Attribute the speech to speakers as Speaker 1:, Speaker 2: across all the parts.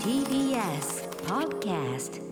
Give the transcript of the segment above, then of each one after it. Speaker 1: TBS Podcast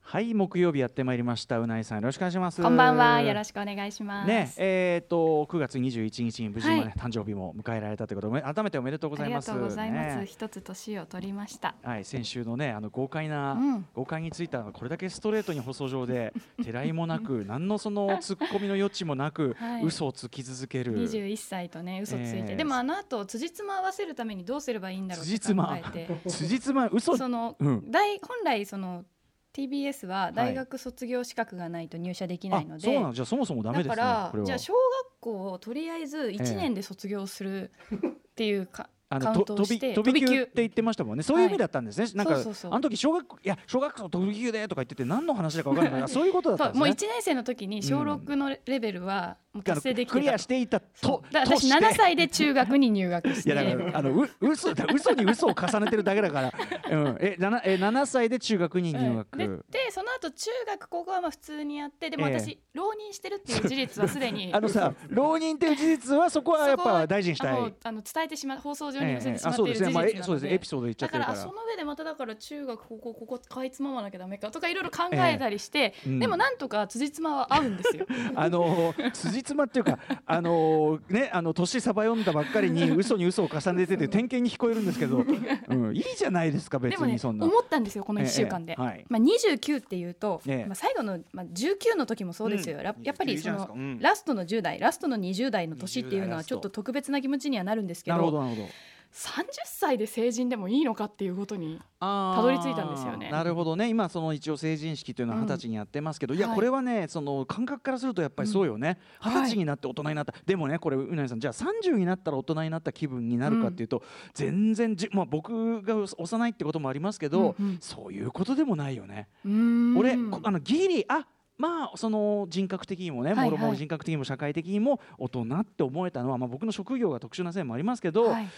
Speaker 2: はい木曜日やってまいりましたうないさんよろしくお願いします
Speaker 3: こんばんは、よろしくお願いします。
Speaker 2: ねえー、と9月21日に無事、
Speaker 3: はい
Speaker 2: ね誕生日も迎えられたということで改めておめでとうご
Speaker 3: あ
Speaker 2: ざい
Speaker 3: り
Speaker 2: ま
Speaker 3: が
Speaker 2: す
Speaker 3: とうございます。
Speaker 2: ね
Speaker 3: 一、つ年を取りました。
Speaker 2: はい、先週のねあの豪快な、
Speaker 3: うん
Speaker 2: 豪快についたこれだけストレートに放送上 でてらいもなく何のそのツッコミの余地もなく、
Speaker 3: はい
Speaker 2: 嘘をつき続ける
Speaker 3: 21歳とね、嘘ついて、
Speaker 2: ええ
Speaker 3: でもあの後、辻褄合わせるためにどうすればいいんだろうって
Speaker 2: 辻
Speaker 3: 考
Speaker 2: 褄
Speaker 3: えて。
Speaker 2: 辻褄嘘
Speaker 3: その、
Speaker 2: うん
Speaker 3: 大、本来その TBS は大学卒業資格がないと入社できな
Speaker 2: あ
Speaker 3: いの
Speaker 2: そう
Speaker 3: で。
Speaker 2: なのじゃあそもそもダメですね
Speaker 3: だか
Speaker 2: これ
Speaker 3: ら、
Speaker 2: は
Speaker 3: じゃあ小学校をとりあえず一年で卒業するっていうか。
Speaker 2: あ
Speaker 3: カ
Speaker 2: の
Speaker 3: ウン
Speaker 2: と飛
Speaker 3: トを
Speaker 2: び
Speaker 3: して
Speaker 2: 飛び
Speaker 3: 飛び
Speaker 2: 級
Speaker 3: 級
Speaker 2: って言ってましたもんねそういう意味だったんですね、 なんか
Speaker 3: そうそうそう
Speaker 2: あの時小学校いや小学校飛び級でとか言ってて何の話だか分からないから そういうことだったんです
Speaker 3: もう
Speaker 2: ね
Speaker 3: 1年生の時に小6のレベルはもう達成でき
Speaker 2: ク
Speaker 3: て
Speaker 2: リ
Speaker 3: た
Speaker 2: アしていたと
Speaker 3: だから
Speaker 2: と
Speaker 3: 私
Speaker 2: して
Speaker 3: 7歳で中学に入学 し
Speaker 2: い
Speaker 3: て
Speaker 2: やだからあのう嘘だ嘘に嘘を重ねてるだけだから、うん、えななえ7歳で中学に入学、
Speaker 3: うんででその後中学高校はまあ普通にやってでも
Speaker 2: ええ
Speaker 3: 私、浪人してるっていう事実はすで に
Speaker 2: あのさ浪人っていう事実はそこはやっ
Speaker 3: そこ
Speaker 2: ぱ
Speaker 3: は
Speaker 2: 大事にした
Speaker 3: あ
Speaker 2: い
Speaker 3: の。あの伝えてしま放送上に
Speaker 2: え
Speaker 3: 載
Speaker 2: え
Speaker 3: せてしま
Speaker 2: あ
Speaker 3: って
Speaker 2: そ
Speaker 3: いう
Speaker 2: ですね、まあ、えそうで
Speaker 3: る事実なので,、
Speaker 2: すねエピソード言っちゃ
Speaker 3: だ
Speaker 2: って
Speaker 3: か
Speaker 2: る
Speaker 3: ら
Speaker 2: か
Speaker 3: あ
Speaker 2: ら
Speaker 3: その上でまただから中学高校ここかいつままなきゃダメかとかいろいろ考えたりして、
Speaker 2: ええうん
Speaker 3: でもなんとか辻褄は合うんですよ。
Speaker 2: あのー辻褄っていうか、あのーね、あの年さば読んだばっかりに、嘘に嘘を重ねてて、典型に聞こえるんですけど。うん、いいじゃないです か、別
Speaker 3: でも
Speaker 2: に
Speaker 3: ね
Speaker 2: そんな。
Speaker 3: 思ったんですよこの1週間で。
Speaker 2: ええはい
Speaker 3: まあ、29っていうと、
Speaker 2: ええ
Speaker 3: まあ、最後の、まあ、19の時もそうですよ、
Speaker 2: うん
Speaker 3: ラやっぱり
Speaker 2: い
Speaker 3: そ
Speaker 2: いじゃ
Speaker 3: の
Speaker 2: ないですかうん
Speaker 3: ラストの10代ラストの20代の年っていうのはちょっと特別な気持ちにはなるんですけ
Speaker 2: な
Speaker 3: ど
Speaker 2: るほど、なるほど。
Speaker 3: 30歳で成人でもいいのかっていうことに
Speaker 2: あー
Speaker 3: たどり着いたんですよね
Speaker 2: なるほどね、今その一応成人式というのは二十歳にやってますけど、
Speaker 3: うん
Speaker 2: いや、
Speaker 3: はい
Speaker 2: これはね、その感覚からすると、やっぱりそうよね。二、
Speaker 3: うん
Speaker 2: 十、歳になって大人になった、でもね、これ、うなぎさん、じゃあ、三十になったら大人になった気分になるかっていうと。全然じ、まあ、僕が幼いってこともありますけど、
Speaker 3: うんうん
Speaker 2: そういうことでもないよね。
Speaker 3: うーん
Speaker 2: 俺こあのギリあまあその人格的にもね、
Speaker 3: はいはい
Speaker 2: もろもろ人格的にも社会的にも大人って思えたのは、まあ、僕の職業が特殊なせいもありますけど、
Speaker 3: はい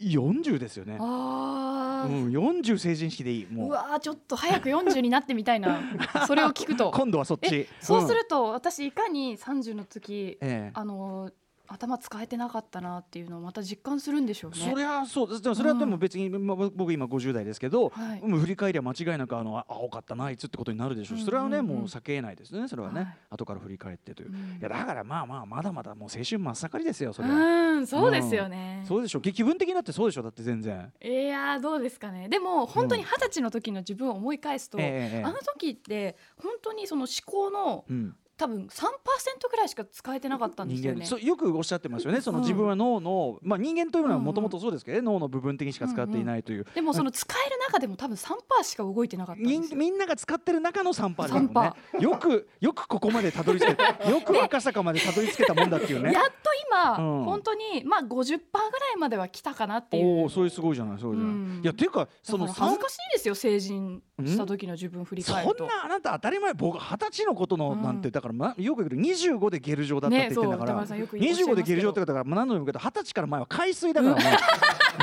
Speaker 2: 40ですよね。う
Speaker 3: あー、
Speaker 2: ん、40成人式でいいうもう
Speaker 3: わーちょっと早く40になってみた いなそれを聞くと
Speaker 2: 今度はそっち
Speaker 3: えそうす
Speaker 2: ん
Speaker 3: ると私いかに30の時、
Speaker 2: ええ
Speaker 3: あのー頭使えてなかったなっていうのをまた実感するんでしょうね。
Speaker 2: そりゃそうですでもそれはでも別に、まあ僕今50代ですけど、
Speaker 3: はい
Speaker 2: もう振り返りは間違いなくあのあ青かったなあいつってことになるでしょうし、
Speaker 3: うん
Speaker 2: それはね
Speaker 3: うんうん
Speaker 2: もう避けないですねそれはね、
Speaker 3: はい
Speaker 2: 後から振り返ってという、
Speaker 3: うん
Speaker 2: いやだからまあまあまだまだもう青春真っ盛りですよそれは、
Speaker 3: うん、そうですよね。
Speaker 2: そうでしょ気分的になってそうでしょだって全然。
Speaker 3: いやーどうですかね。でも本当に二十歳の時の自分を思い返すと、
Speaker 2: ええ
Speaker 3: あの時って本当にその思考の
Speaker 2: うん
Speaker 3: 多分三パーセントぐらいしか使えてなかったんです
Speaker 2: 人
Speaker 3: よ
Speaker 2: 間
Speaker 3: ね。
Speaker 2: そうよくおっしゃってますよねその
Speaker 3: うん
Speaker 2: 自分は脳の、まあ、人間というのは
Speaker 3: うんうん
Speaker 2: もともとそうですけどね、脳の部分的にしか使っていないという、
Speaker 3: でもその使える中でも多分三パーしか動いてなかったんです
Speaker 2: 人
Speaker 3: よ。
Speaker 2: みんなが使ってる中の3パーだもんね
Speaker 3: 3%
Speaker 2: よくよくここまでたど り着けたよく赤坂までたどり着けたもんだっていうね
Speaker 3: やっと今、
Speaker 2: うん
Speaker 3: 本当にまあ五十パーぐらいまでは来たかなっていう。
Speaker 2: おおそれすごいじゃないそうじゃない、
Speaker 3: うん
Speaker 2: いやっていうかそ
Speaker 3: その
Speaker 2: の
Speaker 3: 恥ず
Speaker 2: 三
Speaker 3: かしいですよ成人した時の自分振り
Speaker 2: そ
Speaker 3: 返ると。
Speaker 2: んなあなた当たり前僕二十歳のことのなんて、
Speaker 3: うん
Speaker 2: だから、ま、よく言うけど25で下ル状だったって言ってんだか
Speaker 3: ねそう歌
Speaker 2: ら、
Speaker 3: 丸さんよく言っておっしゃい
Speaker 2: 25
Speaker 3: ます
Speaker 2: で
Speaker 3: けど
Speaker 2: 下ル状ってことだから何度も言うけど二十歳から前は海水だから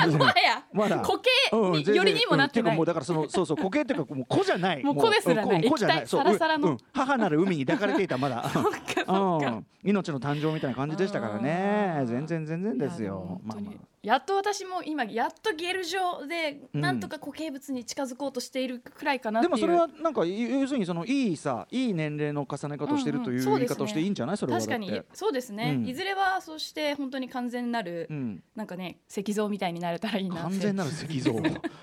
Speaker 2: ね、
Speaker 3: もはや
Speaker 2: まだ
Speaker 3: 固
Speaker 2: うん
Speaker 3: 形
Speaker 2: 全
Speaker 3: により
Speaker 2: 然
Speaker 3: にもなって
Speaker 2: うんて
Speaker 3: な
Speaker 2: か
Speaker 3: い
Speaker 2: もう。だからそのそうそう固形っていうかもう子じゃない。
Speaker 3: もう子ですらない
Speaker 2: うん子じゃない。
Speaker 3: 液体サラサラの
Speaker 2: そううんうん母なる海に抱かれていたまだ。
Speaker 3: そっか
Speaker 2: うん命の誕生みたいな感じでしたから
Speaker 3: う
Speaker 2: ね。
Speaker 3: ん
Speaker 2: 全然全然です
Speaker 3: いやも
Speaker 2: よ。
Speaker 3: 本
Speaker 2: ま
Speaker 3: 当
Speaker 2: あ
Speaker 3: に
Speaker 2: まあ
Speaker 3: やっと私も今やっとゲル状で
Speaker 2: うん
Speaker 3: なんとか固形物に近づこうとしているくらいかなって
Speaker 2: でも
Speaker 3: いう、
Speaker 2: それはなんか要するにそのいいさいい年齢の重ね方をしてるという
Speaker 3: うんうん
Speaker 2: 言い方をしていいんじゃないそれはだっ
Speaker 3: 確
Speaker 2: て
Speaker 3: かにそうですね、
Speaker 2: うん
Speaker 3: いずれはそして本当に完全なる、
Speaker 2: うん
Speaker 3: なんかね石像みたいになれたらいいなって
Speaker 2: 完全なる石像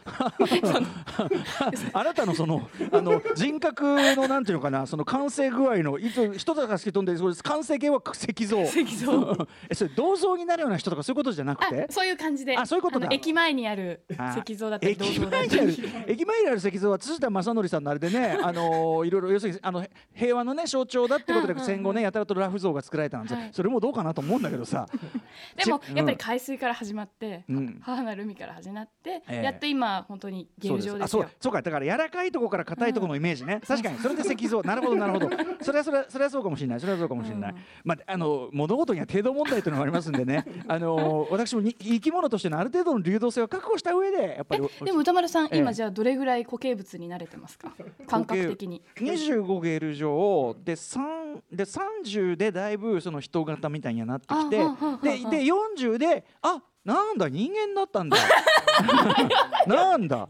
Speaker 2: あなたのそのあの人格のなんていうのかなその完成具合のいつ人とか好き飛んでそうです完成形は石像
Speaker 3: 石像
Speaker 2: えそれ銅像になるような人とかそういうことじゃなく
Speaker 3: あ
Speaker 2: て
Speaker 3: そういう感じで
Speaker 2: あ
Speaker 3: あ
Speaker 2: そういうことだ
Speaker 3: の駅前にある
Speaker 2: あ
Speaker 3: 石像だったり銅
Speaker 2: 駅
Speaker 3: 像だっ
Speaker 2: 前
Speaker 3: た
Speaker 2: にある
Speaker 3: り
Speaker 2: 駅前にある石像は辻田正則さんのあれでね、あのーいろいろ要するにあの平和のね象徴だってこと
Speaker 3: うんうん
Speaker 2: で
Speaker 3: うん
Speaker 2: 戦後ねやたらとラフ像が作られたんですよ、
Speaker 3: はい
Speaker 2: それもどうかなと思うんだけどさ、
Speaker 3: でも
Speaker 2: うん
Speaker 3: やっぱり海水から始まって、
Speaker 2: うん
Speaker 3: 母なる海から始まって、
Speaker 2: ええ
Speaker 3: やっと今本当にゲ
Speaker 2: そう
Speaker 3: ル
Speaker 2: です
Speaker 3: 状
Speaker 2: あ
Speaker 3: です
Speaker 2: そ
Speaker 3: よ
Speaker 2: うそうかだから柔らかいとこから硬いとこのイメージね、確かにそれで石像なるほどなるほどそれはそれはそれはそうかもしれないそれはそうかもしれない、
Speaker 3: うん
Speaker 2: まああの物事には程度問題というのもありますんで ねあの私もに生き物としてのある程度の流動性を確保した上でやっぱり
Speaker 3: でも歌丸さん、
Speaker 2: ええ
Speaker 3: 今じゃあどれぐらい固形物に慣れてま すか感覚的に
Speaker 2: 25ゲール上で3で30でだいぶその人型みたいにはなってきて
Speaker 3: あはあはあはあ
Speaker 2: でで40であなんだ人間だっ たんだなんだ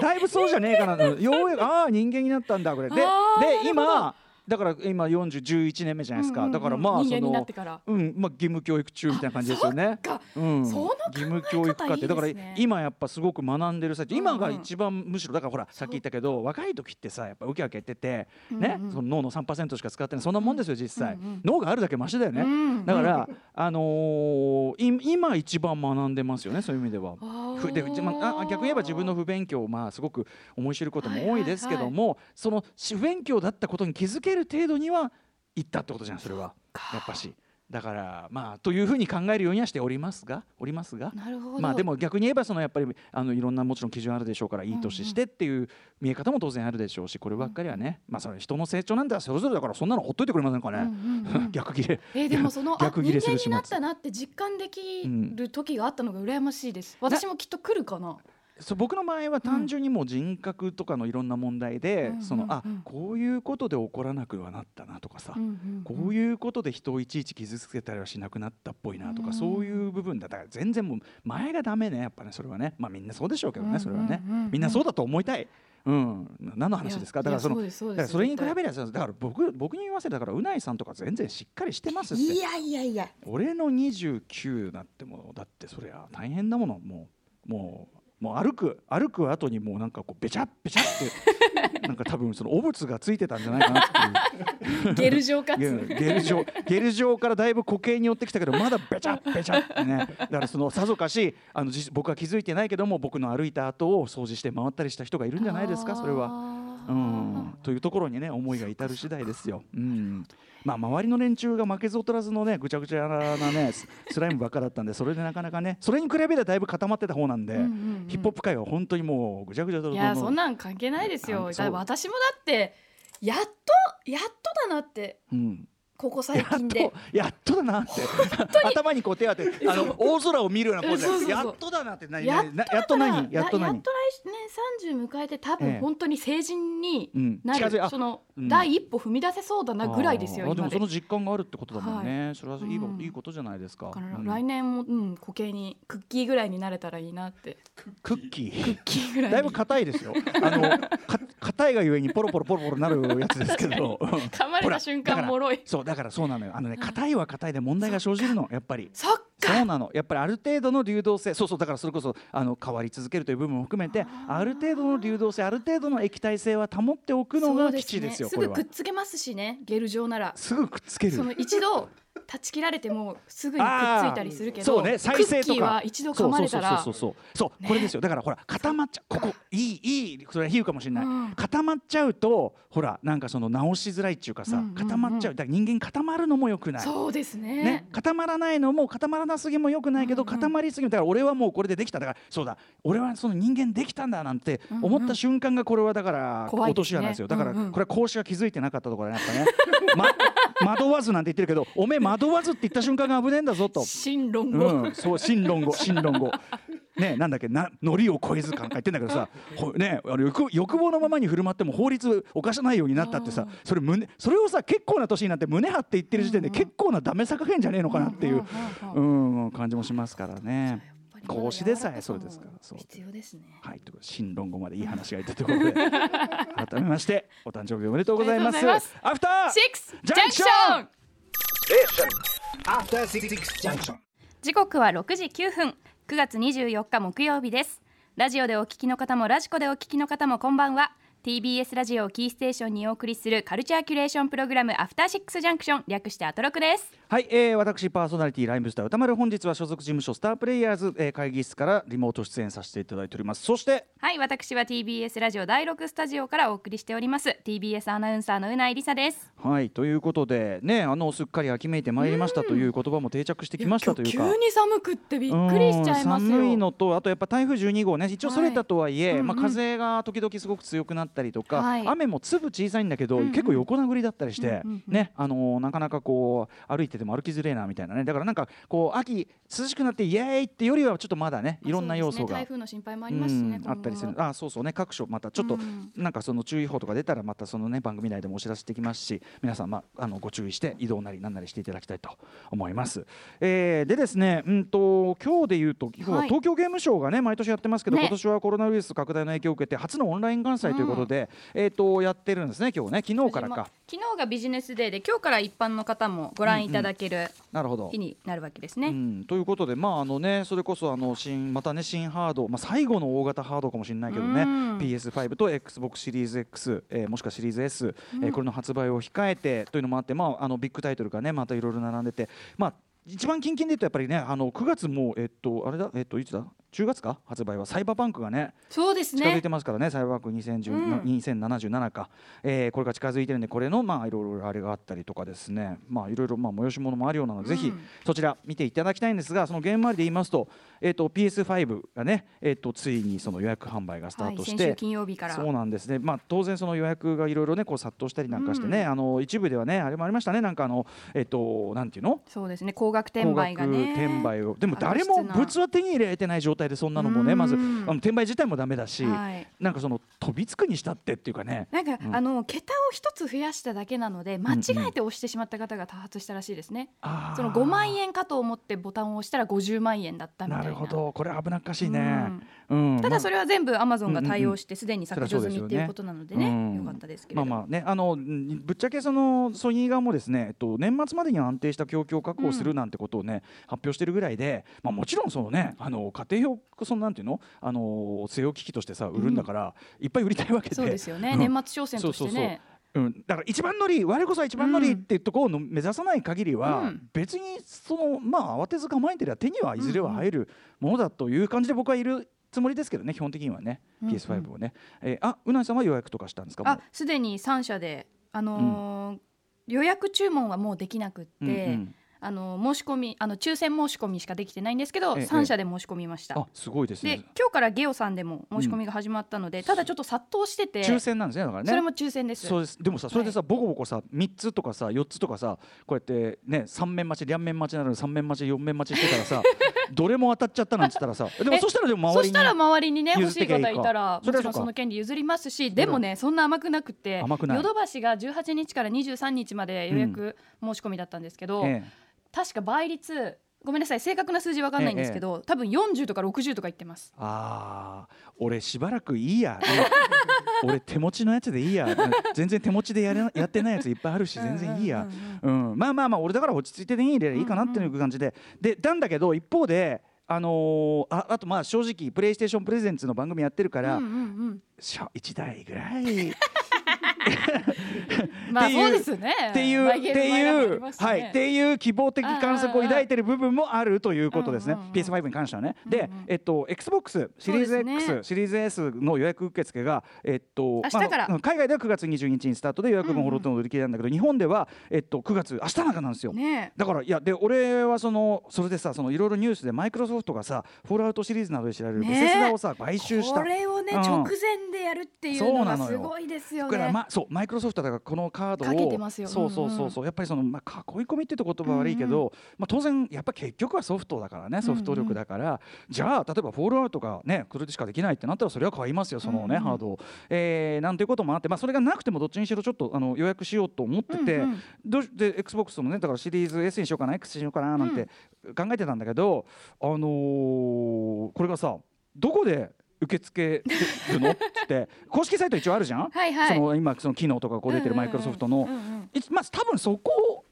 Speaker 2: だいぶそうじゃねえかなうんようやくああ人間になったんだこれでで
Speaker 4: あーなるほど
Speaker 2: 今だから今4011年目じゃないですか、
Speaker 4: うんうんうん
Speaker 2: だからまあ
Speaker 4: 人
Speaker 2: そ
Speaker 4: 間になっ
Speaker 2: の
Speaker 4: てから。
Speaker 2: うんまあ、義務教育中みたいな感じですよね。
Speaker 4: そっか
Speaker 2: うん、
Speaker 4: その考え方
Speaker 2: 義務教育科ってだから
Speaker 4: いいですね
Speaker 2: 今やっぱすごく学んでる最
Speaker 4: う
Speaker 2: 中、
Speaker 4: んうん
Speaker 2: 今が一番むしろだからほらさっき言ったけど若い時ってさやっぱウキウキやってて、ね
Speaker 4: うんうん
Speaker 2: その脳の3%しか使ってないそんなもんですよ実際、
Speaker 4: うんうん
Speaker 2: 脳があるだけマシだよね、
Speaker 4: うん
Speaker 2: だから、あのーい今一番学んでますよねそういう意味では。ふでじまああ逆に言えば自分の不勉強をまあすごく思い知ることも多いですけども、そのし不勉強だったことに気づける程度には行ったってことじゃんそれはやっぱしだからまあというふうに考えるようにはしておりますがおりますが
Speaker 4: なるほど。
Speaker 2: まあでも逆に言えばそのやっぱりあのいろんなもちろん基準あるでしょうからいい年してっていう見え方も当然あるでしょうしこればっかりはね、まあそれ人の成長なんてそれぞれだからそんなのほっといてくれませんか
Speaker 4: うんうん
Speaker 2: ね、
Speaker 4: うん
Speaker 2: 逆切れ
Speaker 4: えーでもそのあ
Speaker 2: 逆切れす
Speaker 4: 人
Speaker 2: る
Speaker 4: 間
Speaker 2: 始
Speaker 4: に
Speaker 2: 末
Speaker 4: なったなって実感できる時があったのが羨ましいです。
Speaker 2: ん
Speaker 4: 私もきっと来るかな。
Speaker 2: そう僕の場合は単純にもう人格とかのいろんな問題で、
Speaker 4: うん
Speaker 2: そのあ
Speaker 4: うんうん
Speaker 2: こういうことで怒らなくはなったなとかさ、こう
Speaker 4: う
Speaker 2: いうことで人をいちいち傷つけたりはしなくなったっぽいなとか、
Speaker 4: うん
Speaker 2: そういう部分だだから全然もう前がダメねやっぱねそれはねまあみんなそうでしょうけどね、それはね、みんなそうだと思いたい。うん、な何の話ですかだからその
Speaker 4: いやそう
Speaker 2: だ
Speaker 4: ですそうで
Speaker 2: から
Speaker 4: す
Speaker 2: それに比べればだから僕僕に言わせたからうないさんとか全然しっかりしてますって
Speaker 4: いやいやいや。
Speaker 2: 俺の29なってもうだってそりゃ大変だものもうもうもう歩く歩く後にもうなんかこうべちゃっべちゃって なんか多分その汚物がついてたんじゃないかなって
Speaker 4: ゲル状かつ。
Speaker 2: いういやゲル状ゲル状からだいぶ固形に寄ってきたけどまだべちゃっべちゃってねだからそのさぞかしあのじ僕は気づいてないけども僕の歩いた後を掃除して回ったりした人がいるんじゃないですかそれは。う
Speaker 4: は。
Speaker 2: んというところにね思いが至る次第ですよ。うんまあ、周りの連中が負けず劣らずのねぐちゃぐちゃな ねススライムばっかだったんでそれでなかなかねそれに比べればだいぶ固まってた方なんで、
Speaker 4: うんうんうん
Speaker 2: ヒップホップ界は本当にもうぐちゃぐちゃだと
Speaker 4: い
Speaker 2: 思う
Speaker 4: やそんなん関係ないですよ。
Speaker 2: あ
Speaker 4: だ
Speaker 2: そう
Speaker 4: から私もだってやっとやっとだなって
Speaker 2: うん、
Speaker 4: ここ
Speaker 2: や
Speaker 4: 最
Speaker 2: っ
Speaker 4: 近で
Speaker 2: と。やっとだなって頭にこう手 当てあの大空を見るようなポーズ
Speaker 4: そうそうそう
Speaker 2: やっとだなって何
Speaker 4: やっ
Speaker 2: 何やっと何や
Speaker 4: や
Speaker 2: っ
Speaker 4: っと
Speaker 2: と
Speaker 4: 来
Speaker 2: 何
Speaker 4: 年30迎えて多
Speaker 2: ええ
Speaker 4: 分本当に成人に
Speaker 2: うん
Speaker 4: な
Speaker 2: 近づい
Speaker 4: る、
Speaker 2: あ
Speaker 4: その、
Speaker 2: うん
Speaker 4: 第一歩踏み出せそうだなぐらいですよ
Speaker 2: あーで
Speaker 4: 今
Speaker 2: も
Speaker 4: で
Speaker 2: その
Speaker 4: だ
Speaker 2: 実感があるってことだもんね、それはいい,、
Speaker 4: うん
Speaker 2: いいことじゃないですか。
Speaker 4: から
Speaker 2: うん
Speaker 4: 来年も、うん、固形にクッキーぐらいになれたらいいなって
Speaker 2: クッキー
Speaker 4: クッキーぐらい
Speaker 2: だいぶ
Speaker 4: に
Speaker 2: 硬いですよ。あの、か硬いがゆえにポロポロポロポロなるやつですけ ど。
Speaker 4: 噛まれ
Speaker 2: ほら
Speaker 4: た瞬
Speaker 2: だか
Speaker 4: 間
Speaker 2: ら
Speaker 4: もろい
Speaker 2: そう、だから、そうなのよ。あのね、硬いは硬いで問題が生じるの、やっぱり。
Speaker 4: そっ
Speaker 2: そうなのやっぱりある程度の流動性そうそうだからそれこそあの変わり続けるという部分も含めてある程度の流動性ある程度の液体性は保っておくの
Speaker 4: そう
Speaker 2: が
Speaker 4: で
Speaker 2: 基
Speaker 4: す
Speaker 2: 地ですよ
Speaker 4: ねす
Speaker 2: これ
Speaker 4: ぐ
Speaker 2: は
Speaker 4: くっつけますしねゲル状なら
Speaker 2: すぐくっつける
Speaker 4: その一度断ち切られてもすぐにくっついたりするけど
Speaker 2: そうね再生
Speaker 4: クッ
Speaker 2: と
Speaker 4: キー
Speaker 2: か
Speaker 4: は一度噛まれたら
Speaker 2: そうそうそうそうそうそうこれですよだからほら固まっちゃうここいいいいそれは比喩かもしれない、
Speaker 4: うん
Speaker 2: 固まっちゃうとほらなんかその直しづらいっていうかさ、
Speaker 4: うんうんうん
Speaker 2: 固まっちゃうだから人間固まるのも良くない
Speaker 4: そうですね
Speaker 2: ね、固まらないのも固まらなすぎも良くないけど、
Speaker 4: うんうん
Speaker 2: 固まりすぎもだから俺はもうこれでできただからそうだ俺はその人間できたんだなんて
Speaker 4: うんうん
Speaker 2: 思った瞬間がこれはだから
Speaker 4: 怖い
Speaker 2: 落
Speaker 4: ですね
Speaker 2: とし穴ですよだから
Speaker 4: うんうん
Speaker 2: これは講師が気づいてなかったところだねやっぱね、ま、 惑わずなんて言ってるけどおめえ惑わずって言った瞬間が危ねえんだぞと。
Speaker 4: 新論語、
Speaker 2: うん、そう新論語新論語ねなんだっけなノリを超えず感か言ってんだけどさほねあの欲欲望のままに振る舞っても法律犯さないようになったってさそれ胸それをさ結構な年になって胸張って言ってる時点で結構なダメさ加減じゃねえのかなっていう、
Speaker 4: う
Speaker 2: うんん感じもしますからね。
Speaker 4: こ
Speaker 2: 格
Speaker 4: う
Speaker 2: 子でさえそうですからそう
Speaker 4: 必要ですね
Speaker 2: はいということで新論語までいい話がいったと ころで改めましてお誕生日おめでとうございます。
Speaker 4: おめでとうございます
Speaker 2: アフター
Speaker 4: シックス
Speaker 2: ジ
Speaker 4: ジ
Speaker 2: ャ
Speaker 4: ャ
Speaker 2: ン
Speaker 4: ン
Speaker 2: ク
Speaker 4: ク
Speaker 2: シ
Speaker 4: シ
Speaker 2: ョ
Speaker 4: ョ
Speaker 2: ン
Speaker 4: ン
Speaker 5: After Six Junction.
Speaker 4: 時刻は6時9分9月24日木曜日ですラジオでお聞きの方もラジコでお聞きの方もこんばんは TBS ラジオをキーステーションにお送りするカルチャーキュレーションプログラムアフターシックスジャンクション略してアトロクです
Speaker 2: はい、えー、私パーソナリティライムスター歌丸本日は所属事務所スタープレイヤーズ、えー、会議室からリモート出演させていただいておりますそして
Speaker 4: はい私は TBS ラジオ第6スタジオからお送りしております TBS アナウンサーのうないりさです
Speaker 2: はいということでねあのすっかり秋めいてまいりましたという言葉も定着してきましたというか
Speaker 4: に寒くってび
Speaker 2: うん寒いのとあとやっぱ台風12号ね一応それたとはいえ、
Speaker 4: はい
Speaker 2: まあ、
Speaker 4: うんうん
Speaker 2: 風が時々すごく強くなっったりとか、
Speaker 3: はい
Speaker 2: 雨も粒小さいんだけど、
Speaker 3: うんうん
Speaker 2: 結構横殴りだったりして、
Speaker 3: うんうんうん
Speaker 2: ねあのーなかなかこう歩いてても歩きづれえなみたいなねだからなんかこう秋涼しくなってイエーイってよりはちょっとまだねいろんな要素が
Speaker 6: 台。風の心配もあ
Speaker 2: あ
Speaker 6: りますしね、
Speaker 2: あったりするあそうそうね各所またちょっと、
Speaker 3: うん
Speaker 2: なんかその注意報とか出たらまたそのね番組内でもお知らせしてきますし皆さん、まあ、あのご注意して移動なりなんなりしていただきたいと思います。えーでですね、うん、と今日で言うと今日は
Speaker 3: はい
Speaker 2: 東京ゲームショウがね毎年やってますけど、
Speaker 3: ね
Speaker 2: 今年はコロナウイルス拡大の影響を受けて初のオンライン関西ということで、えー、とやってるんですね今日ね昨日からか。
Speaker 3: 昨日がビジネスデーで今日から一般の方もご覧いただける
Speaker 2: なるほど
Speaker 3: 日になるわけですね、
Speaker 2: うん、ということで、まああのね、それこそあの新またね新ハード、まあ、最後の大型ハードかもしれないけどね、
Speaker 3: うん
Speaker 2: PS5 と XBOX シリーズ X、えーもしくはシリーズ S、えーこれの発売を控えてというのもあって、まあ、あのビッグタイトルがねまたいろいろ並んでて、まあ、一番近々で言うとやっぱりねあの9月も、えっとあれだ、えっと、いつだ10月か発売はサイバーパンクがね
Speaker 6: そうです
Speaker 2: 近づい
Speaker 6: ね
Speaker 2: てますからね、サイバーパンク2010、
Speaker 3: うん
Speaker 2: 2077か、えーこれが近づいてるんでこれのまあいろいろあれがあったりとかですねまあいろいろまあ催し物もあるようなので、ぜひ
Speaker 3: うん
Speaker 2: そちら見ていただきたいんですがそのゲーム周りで言いますと,、えー、と PS5 がね、えー、とついにその予約販売がスタ
Speaker 3: は
Speaker 2: ー
Speaker 3: い、
Speaker 2: トし
Speaker 3: 先
Speaker 2: て、
Speaker 3: 週金曜日から
Speaker 2: そうなんですね、まあ、当然その予約がいろいろねこう殺到したりなんかしてね、あの一部ではねあれもありましたねなんかあのえっ、となんていうの
Speaker 3: そうですね高額転売がね
Speaker 2: 高額転売をでも誰
Speaker 3: 悪
Speaker 2: も
Speaker 3: 質な
Speaker 2: 物は手に入れられてない状態でそんなのもねまずあ
Speaker 3: うん
Speaker 2: の転売自体もダメだし、
Speaker 3: はい
Speaker 2: なんかその飛びつくにしたってっていうかね
Speaker 6: なんか、
Speaker 2: うん
Speaker 6: あの桁を一つ増やしただけなので間違えて押してしまった方が多発したらしいですね、その5万円かと思ってボタンを押したら50万円だったみたい
Speaker 2: な
Speaker 6: な
Speaker 2: るほどこれ危なっかしいね、うん
Speaker 3: た
Speaker 2: まあ
Speaker 3: だそれは全部アマゾンが対応してすでに削除済みっていうことなのでね
Speaker 2: そりゃそうですよね
Speaker 3: よかったですけれ
Speaker 2: まあ
Speaker 3: ども、
Speaker 2: まあねあのうんぶっちゃけそのソニー側もですね、えっと、年末までに安定した供給を確保するなんてことをね、発表してるぐらいで、まあ、もちろんそのねあの家庭用そのなんていうのあの据え置き機としてさ売るんだから、いっぱい売りたいわけで
Speaker 6: そうですよね、
Speaker 2: うん
Speaker 6: 年末商戦としてね
Speaker 2: そうそうそううん、だから一番乗り我こそは一番乗り
Speaker 3: う
Speaker 2: っ
Speaker 3: ん
Speaker 2: ていうところを目指さない限りは、
Speaker 3: うん
Speaker 2: 別にそのまあ慌てず構えてりゃ手にはいずれは入るものだという感じで僕はいるつもりですけどね基本的にはね
Speaker 3: うんうん
Speaker 2: PS5 をね、えーあうなぎさんは予約とかしたんですかも
Speaker 3: あ
Speaker 2: う
Speaker 3: すでに3社で、あのー予約注文はもうできなくって、
Speaker 2: うんうん
Speaker 3: あの申し込みあの抽選申し込みしかできてないんですけど、
Speaker 2: ええ
Speaker 3: 3社で申し込みました。
Speaker 2: あすごいです
Speaker 3: で
Speaker 2: ね
Speaker 3: 今日からゲオさんでも申し込みが始まったので、ただちょっと殺到してて
Speaker 2: 抽選なんですねだからね
Speaker 3: それも抽選です。
Speaker 2: そうですでもさそれでさ、ボコボコさ3つとかさ4つとかさこうやってね3面待ち両面待ちなのに3面待ち4面待ちしてたら さどれも当たっちゃったなんつったらさでも
Speaker 3: え
Speaker 2: そしたらでも周
Speaker 3: そ
Speaker 2: り
Speaker 3: し
Speaker 2: に
Speaker 3: たら周りにね
Speaker 2: 譲
Speaker 3: 欲
Speaker 2: っ
Speaker 3: しい
Speaker 2: てきゃいい
Speaker 3: 方
Speaker 2: か
Speaker 3: いたら
Speaker 2: そ
Speaker 3: も
Speaker 2: れはそうん
Speaker 3: ちろ
Speaker 2: か
Speaker 3: その権利譲りますしでもねそんな甘くなくって
Speaker 2: 甘くない
Speaker 3: ヨドバシが18日から23日まで予約申し込みだったんですけど、
Speaker 2: ええ
Speaker 3: 確か倍率ごめんなさい正確な数字わかんないんですけど、多分40とか60とか言ってます。
Speaker 2: あー俺しばらくいいやうん俺手持ちのやつでいいやうん全然手持ちでや れなやってないやついっぱいあるし全然いいや
Speaker 3: うんうんうんうん
Speaker 2: うんまあまあまあ俺だから落ち着いてでいいでいいかなっていう感じで、でなんだけど一方であのーああとまあ正直プレイステーションプレゼンツの番組やってるから、
Speaker 3: うんうん
Speaker 2: しょ一台ぐらい
Speaker 3: うんま
Speaker 2: っ
Speaker 3: あ
Speaker 2: ていう
Speaker 3: そうですよね。
Speaker 2: っていう、
Speaker 3: マ
Speaker 2: っ
Speaker 3: イ
Speaker 2: て
Speaker 3: ゲ
Speaker 2: い
Speaker 3: ームマイラブあり
Speaker 2: う、
Speaker 3: ますしね
Speaker 2: はい、っていう希望的観測を抱いている部分もあるということですね。
Speaker 3: うんうんうん
Speaker 2: PS5 に関してはね。
Speaker 3: うんう
Speaker 2: で
Speaker 3: ん、
Speaker 2: えっと Xbox シリーズ
Speaker 3: そうです
Speaker 2: X、
Speaker 3: ね
Speaker 2: シリーズ S の予約受付がえっと
Speaker 3: 明日から
Speaker 2: まあ海外では9月22日にスタートで予約分ほろとの売り切れなんだけど、日本ではえっと9月明日なんかなんですよ。
Speaker 3: ね
Speaker 2: だからいやで俺はそのそれでさそのいろいろニュースでマイクロソフトがさフォールアウトシリーズなどで知られるベ
Speaker 3: ね
Speaker 2: セスダをさ買収した
Speaker 3: これをね、
Speaker 2: うん
Speaker 3: 直前でやるっていう
Speaker 2: そう
Speaker 3: の
Speaker 2: な
Speaker 3: が
Speaker 2: の
Speaker 3: す
Speaker 2: よ
Speaker 3: ごいですよ
Speaker 2: だ
Speaker 3: ね。
Speaker 2: からまそうマイクロソフトだからこのカードを
Speaker 3: かけてますよ
Speaker 2: そうそうそうそうやっぱりそのまあ囲い込みっていうと言葉は悪いけど、
Speaker 3: うん
Speaker 2: まあ当然やっぱ結局はソフトだからねソフト力だから、じゃあ例えばフォールアウトがねこれでしかできないってなったらそれは買いますよそのね、
Speaker 3: うんうん
Speaker 2: ハードを、えーなんていうこともあってまあそれがなくてもどっちにしろちょっとあの予約しようと思ってて、
Speaker 3: うんうん
Speaker 2: どうしで XBOX もねだからシリーズ S にしようかな X にしようかななんて考えてたんだけど、あのーこれがさどこで受け付けるのって言って公式サイト一応あるじゃん、
Speaker 3: はいはい
Speaker 2: その今その機能とかこう出てるマイクロソフトの、
Speaker 3: うんうんうん
Speaker 2: いまあ多分そこ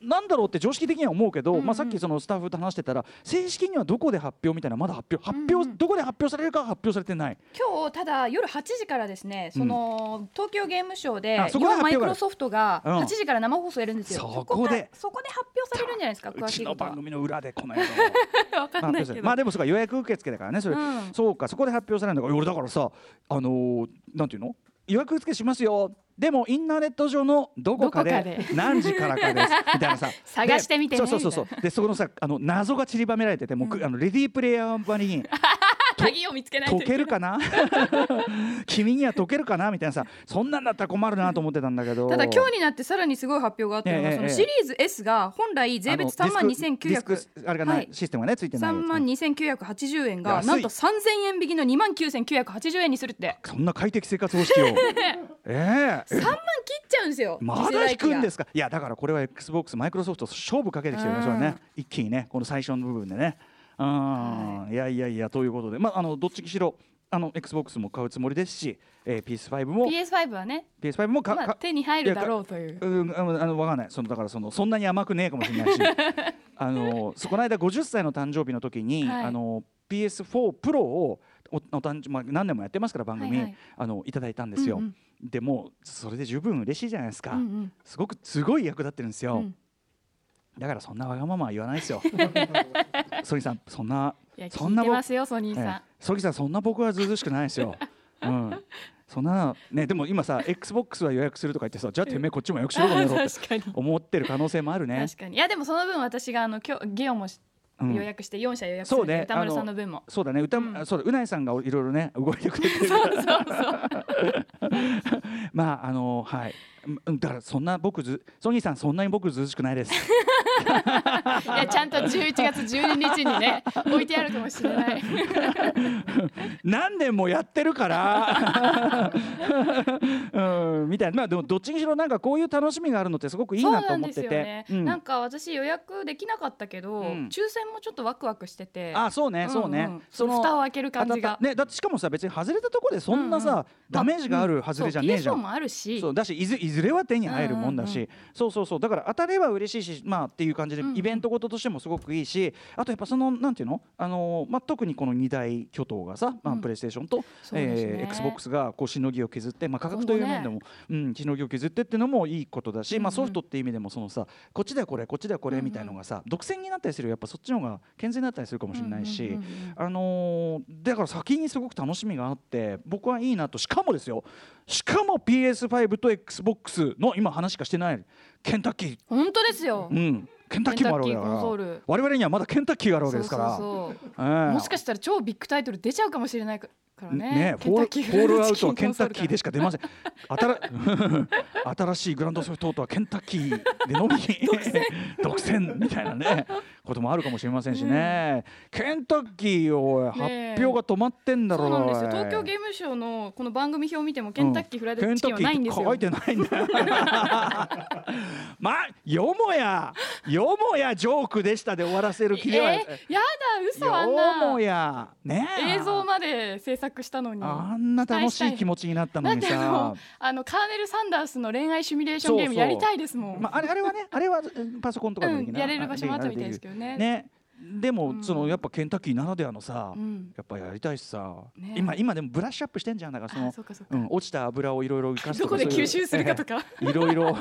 Speaker 2: なんだろうって常識的には思うけど、
Speaker 3: うんうん
Speaker 2: まあ、さっきそのスタッフと話してたら正式にはどこで発表みたいなまだ発表発表、
Speaker 3: うんうん
Speaker 2: どこで発表されるかは発表されてない
Speaker 3: 今日ただ夜8時からですね、
Speaker 2: うん
Speaker 3: その東京ゲームショウで
Speaker 2: あそこで
Speaker 3: 日本
Speaker 2: 発
Speaker 3: マイ
Speaker 2: 表
Speaker 3: ク
Speaker 2: がある
Speaker 3: ロソフトが
Speaker 2: うん
Speaker 3: 8時から生放送やるんですよ。
Speaker 2: そこで
Speaker 3: そこで発表されるんじゃないですか。
Speaker 2: う
Speaker 3: 詳し
Speaker 2: ち
Speaker 3: いこ
Speaker 2: の
Speaker 3: と
Speaker 2: 番
Speaker 3: は。
Speaker 2: 組の裏でこの間
Speaker 3: わ かんないけ ど。
Speaker 2: まあでもそうか予約受付だからねそれ、
Speaker 3: うん
Speaker 2: そうかそこで発表されるんだから俺だからさあのーなんていうの予約受付しますよでもインターネット上のどこか
Speaker 3: ど
Speaker 2: で
Speaker 3: こ
Speaker 2: 何時からかですみたいな さ
Speaker 3: 探してみてね
Speaker 2: で そうそうそうそうでそこのさあの謎が散りばめられててもうく、あのレディープレイヤー版に。
Speaker 4: 鍵を見つけないと
Speaker 2: 溶
Speaker 4: いけ
Speaker 2: け
Speaker 4: ない
Speaker 2: るかな君には溶けるかなみたいなさそんなんだったら困るなと思ってたんだけど
Speaker 3: ただ今日になってさらにすごい発表があったのが、
Speaker 2: ええ
Speaker 3: そ
Speaker 2: え
Speaker 3: の
Speaker 2: え
Speaker 3: シリーズ S が本来税別
Speaker 2: あ
Speaker 3: 3
Speaker 2: の
Speaker 3: 万
Speaker 2: ディスクディス
Speaker 3: 2900
Speaker 2: クあれがない、
Speaker 3: はい
Speaker 2: システムがねついてない
Speaker 3: 3万2980円が
Speaker 2: 安い
Speaker 3: なんと3000円引きの2万9980円にするって
Speaker 2: そんな快適生活方式 をええ
Speaker 3: 3万切っちゃうんですよ
Speaker 2: まだ引くんですすかいやだからこれは XBOX マイクロソフト勝負かけてきてるねそれは
Speaker 3: うん
Speaker 2: ね一気にねこの最初の部分でねうん、い、やいやいやということでまああのどっちにしろあの XBOX も買うつもりですし、えー、PS5 も
Speaker 3: PS5 はね、
Speaker 2: PS5 もか、
Speaker 3: まあ、
Speaker 2: か
Speaker 3: 手に入るだろうという
Speaker 2: うん、あのあのわかんないそのだからそのそんなに甘くねえかもしれないし あのそこの間50歳の誕生日の時に、
Speaker 3: はい
Speaker 2: あの PS4 プロをおお誕生、まあ、何年もやってますから番組、
Speaker 3: はいはい
Speaker 2: あのいただいたんですよ、
Speaker 3: うんうん
Speaker 2: でもうそれで十分嬉しいじゃないですか、
Speaker 3: うんうん
Speaker 2: すごくすごい役立ってるんですよ、
Speaker 3: うん
Speaker 2: だからそんなわがままは言わないです よソニーさんそんない
Speaker 3: や
Speaker 2: そんな
Speaker 3: 聞いてますよソニーさん、
Speaker 2: ええソギさんそんな僕はずうずうしくないです よ。うん。そんなねでも今さ XBOX は予約するとか言ってさじゃあてめえこっちも予約しろこの野郎って
Speaker 3: 確かに
Speaker 2: 思ってる可能性もあるね。
Speaker 3: 確かにいやでもその分私があの今日ゲオもし
Speaker 2: うん
Speaker 3: 予約して4社予約す
Speaker 2: そう
Speaker 3: るんで、
Speaker 2: ね
Speaker 3: 歌丸さんの分も
Speaker 2: そうだね歌、
Speaker 3: うん
Speaker 2: あそうだうないさんがいろいろね動いてくれて るから まああのはいうんだからそんな僕ずソニーさんそんなに僕ずうずうしくないです。
Speaker 3: いやちゃんと11月12日に ね置いてあるかもしれない
Speaker 2: 何年もやってるから、 うん、みたいなまあでもどっちにしろなんかこういう楽しみがあるのってすごくいい
Speaker 3: そう
Speaker 2: なと
Speaker 3: なん
Speaker 2: 思っ
Speaker 3: です
Speaker 2: て
Speaker 3: よ
Speaker 2: て
Speaker 3: ね、。
Speaker 2: うん
Speaker 3: なんか私予約できなかったけど、
Speaker 2: うん
Speaker 3: 抽選もちょっとワクワクしてて
Speaker 2: あそうね、そうね、
Speaker 3: んんその蓋を開ける感
Speaker 2: 当
Speaker 3: じ
Speaker 2: たっ
Speaker 3: が
Speaker 2: たねだってしかもさ別に外れたところでそんなさ、
Speaker 3: うんうん
Speaker 2: ダメージがある外れじゃねえじゃん、
Speaker 3: そう PS4 もあるし
Speaker 2: そうだしいずいずれは手に入るもんだし、
Speaker 3: うんう
Speaker 2: そうそうそうだから当たれば嬉しいしまあっていう感じで
Speaker 3: うんうん
Speaker 2: イベントごととしてもすごくいいし、あとやっぱそのなんていうの、あのーまあ、特にこの2大巨頭がさ、まあ
Speaker 3: うん
Speaker 2: プレイステーションと、
Speaker 3: そうですね
Speaker 2: えー XBOX がこうしのぎを削って、まあ、価格という
Speaker 3: そうね
Speaker 2: 面でも、うん、しのぎを削ってっていうのもいいことだし、ま
Speaker 3: うんう
Speaker 2: あ、
Speaker 3: ん
Speaker 2: ソフトって意味でもそのさこっちだよこれこっちだよこれみたいのがさ、独占になったりするよやっぱそっちの方が健全だったりするかもしれないし。
Speaker 3: うんうんうんうん
Speaker 2: あのーだから先にすごく楽しみがあって僕はいいなとしかもですよしかも PS5 と XBOX の今話しかしてないケンタッキー、
Speaker 3: 本当ですよ、
Speaker 2: うん、ケンタッキーもあるわけだ
Speaker 3: ケンタッキーコンソー
Speaker 2: から
Speaker 3: ル
Speaker 2: 我々にはまだケンタッキーがあるわけですから
Speaker 3: そうそうそう
Speaker 2: ええ
Speaker 3: もしかしたら超ビッグタイトル出ちゃうかもしれないからね
Speaker 2: ね
Speaker 3: ケ
Speaker 2: フォ
Speaker 3: ン
Speaker 2: ー
Speaker 3: タッ
Speaker 2: ル
Speaker 3: キー
Speaker 2: フォールアウトは
Speaker 3: グ
Speaker 2: ケ
Speaker 3: ラ
Speaker 2: ン
Speaker 3: ンド
Speaker 2: タッ
Speaker 3: チ
Speaker 2: キーで
Speaker 3: コンソル
Speaker 2: しか出ません新新しい グランドソフトオートはケンタッキーで のみ独占みたいなねこともあるかもしれませんしね、ケンタッキーを発
Speaker 3: ね
Speaker 2: 表
Speaker 3: え
Speaker 2: が止まってんだろ
Speaker 3: そうなんですよ
Speaker 2: おい
Speaker 3: 東京ゲームショウのこの番組表を見てもケンタッキーフライドチキンはないんですよ、
Speaker 2: うんケンタッキーって書いてないんだよ まあよもやよもやジョークでしたで終わらせる気
Speaker 3: えー、
Speaker 2: では、
Speaker 3: やだ嘘あん
Speaker 2: よも
Speaker 3: な
Speaker 2: やねえ
Speaker 3: 映像まで制作したのに
Speaker 2: あんな楽しい気持ちになった
Speaker 3: だ
Speaker 2: の
Speaker 3: っ
Speaker 2: に
Speaker 3: てあ
Speaker 2: さ
Speaker 3: のあのカーネル・サンダースの恋愛シミュレーションゲー
Speaker 2: そう
Speaker 3: ム
Speaker 2: そう
Speaker 3: やりたいですもん
Speaker 2: まあ、あれあれはねあれはうんパソコンとかででき
Speaker 3: うん、
Speaker 2: ない、
Speaker 3: やれる場所もあったみたいです
Speaker 2: け
Speaker 3: けどね
Speaker 2: どねでも、
Speaker 3: うん
Speaker 2: そのやっぱケンタッキーならではのさ、
Speaker 3: うん、
Speaker 2: やっぱやりたいしさ、
Speaker 3: ね
Speaker 2: 今今でもブラッシュアップしてんじゃんだからそ
Speaker 3: あ
Speaker 2: の
Speaker 3: そうかそう
Speaker 2: う
Speaker 3: か、
Speaker 2: ん、落ちた油をいろいろ浮かす
Speaker 3: ど
Speaker 2: とか
Speaker 3: こで
Speaker 2: そういう
Speaker 3: 吸収するかとか、
Speaker 2: いろいろ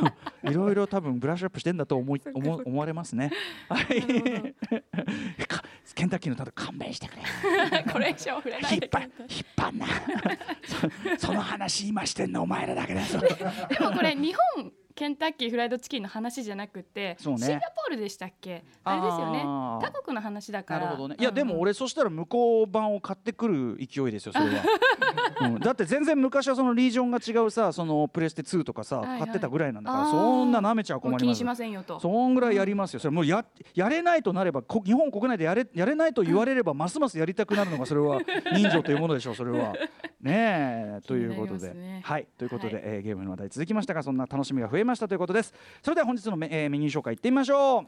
Speaker 2: いろいろ多分ブラッシュアップしてんだと思い思う思われますね。はい
Speaker 3: なるほ。
Speaker 2: かケンタッキーのただ勘弁してくれ。
Speaker 3: これ以上触れない
Speaker 2: 引
Speaker 3: で
Speaker 2: っ張引っ張んな。そその話今してんのお前らだけだぞ。
Speaker 3: でもこれ日本ケンタッキーフライドチキンの話じゃなくて、シ
Speaker 2: そう
Speaker 3: ン
Speaker 2: ね
Speaker 3: ガポールでしたっけあれですよね
Speaker 2: あー
Speaker 3: 他国の話だか
Speaker 2: な
Speaker 3: ら
Speaker 2: るほどね。いや
Speaker 3: うん
Speaker 2: でも俺そしたら向こう版を買ってくる勢いですよそれ は。うんだって全然昔はそのリージョンが違うさそのプレステ2とかさ、
Speaker 3: はいはい
Speaker 2: 買ってたぐらいなんだから
Speaker 3: あー
Speaker 2: そんな舐めちゃ困
Speaker 3: もう
Speaker 2: り
Speaker 3: 気
Speaker 2: ま
Speaker 3: に
Speaker 2: す
Speaker 3: し。ませんよと
Speaker 2: そんぐらいやりますよ、それもうややれないとなればこ日本国内でやれやれないと言われれば、ますますやりたくなるのがそれ は人情というものでしょうそれは。ねえということ
Speaker 3: 気になり
Speaker 2: です
Speaker 3: まね
Speaker 2: はいということで、
Speaker 3: はい
Speaker 2: えーゲームの話題続きましたがそんな楽しみが増えましたということですそれでは本日のメ,、えーメニュー紹介いってみましょう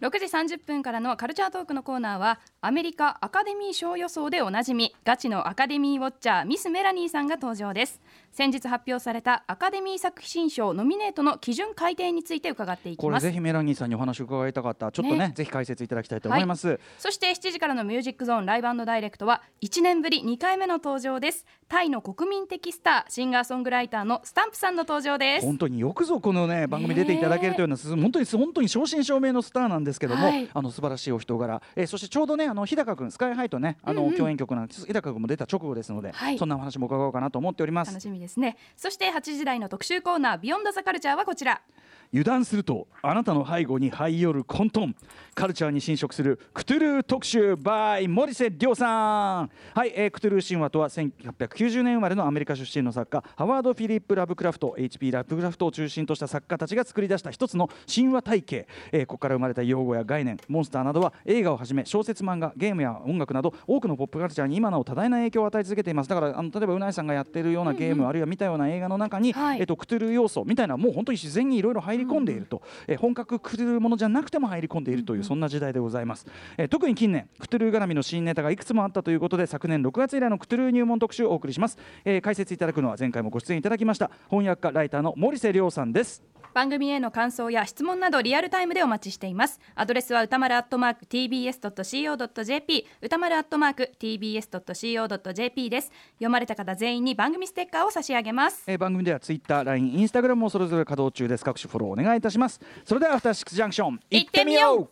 Speaker 4: 6時30分からのカルチャートークのコーナーはアメリカアカデミー賞予想でおなじみガチのアカデミーウォッチャーミス・メラニーさんが登場です先日発表されたアカデミー作品賞ノミネートの基準改定について伺っていき
Speaker 2: こ
Speaker 4: ま
Speaker 2: れ
Speaker 4: す
Speaker 2: ぜひメラニーさんにお話を伺いたかったちょっとね
Speaker 4: ね
Speaker 2: ぜひ解説いただきたいと思います、
Speaker 4: そして7時からのミュージックゾーンライブダイレクトは1年ぶり2回目の登場ですタイの国民的スターシンガーソングライターのスタンプさんの登場です
Speaker 2: 本当によくぞこのね番組出ていただけるというのは、す本当に本当に正真正銘のスターなんですけども、
Speaker 3: はい
Speaker 2: あの素晴らしいお人柄、えーそしてちょうどねあの日高君スカイハイとねあの、共演曲なんです日高君も出た直後ですので、
Speaker 3: はい
Speaker 2: そんなお話も伺おうかなと思っております
Speaker 4: 楽しみですね
Speaker 3: ですねそして8時台の特集コーナービヨンドザカルチャーはこちら
Speaker 2: 油断するとあなたの背後に這い寄る混沌カルチャーに侵食するクトゥルー特集 by 森瀬亮さんはい、えー、クトゥルー神話とは1890年生まれのアメリカ出身の作家ハワード・フィリップ・ラブクラフト HP ラブクラフトを中心とした作家たちが作り出した一つの神話体系、えー、ここから生まれた用語や概念モンスターなどは映画をはじめ小説漫画ゲームや音楽など多くのポップカルチャーに今なお多大な影響を与え続けていますだからあの例えばうないさんがやってるようなゲーム、うんうん、あるいは見たような映画の中に、はい、えーと、とクトゥルー要素みたいなもう本当に自然にいろいろ入り込んでいると、えー、本格クトゥルーものじゃなくても入り込んでいるという、うんうん、そんな時代でございます、えー、特に近年クトゥルー絡みの新ネタがいくつもあったということで昨年6月以来のクトゥルー入門特集をお送りします、えー、解説いただくのは前回もご出演いただきました翻訳家ライターの森瀬亮さんです
Speaker 3: 番組への感想や質問などリアルタイムでお待ちしていますアドレスは歌丸アットマーク tbs.co.jp 歌丸アットマーク tbs.co.jp です読まれた方全員に番組ステッカーを差し上げます、
Speaker 2: えー、番組ではツイッター、ライン、インスタグラムもそれぞれ稼働中です各種フォローお願いいたしますそれではアフターシックスジャンクション
Speaker 3: 行ってみよう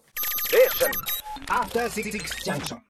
Speaker 7: アフターシックスジャンクション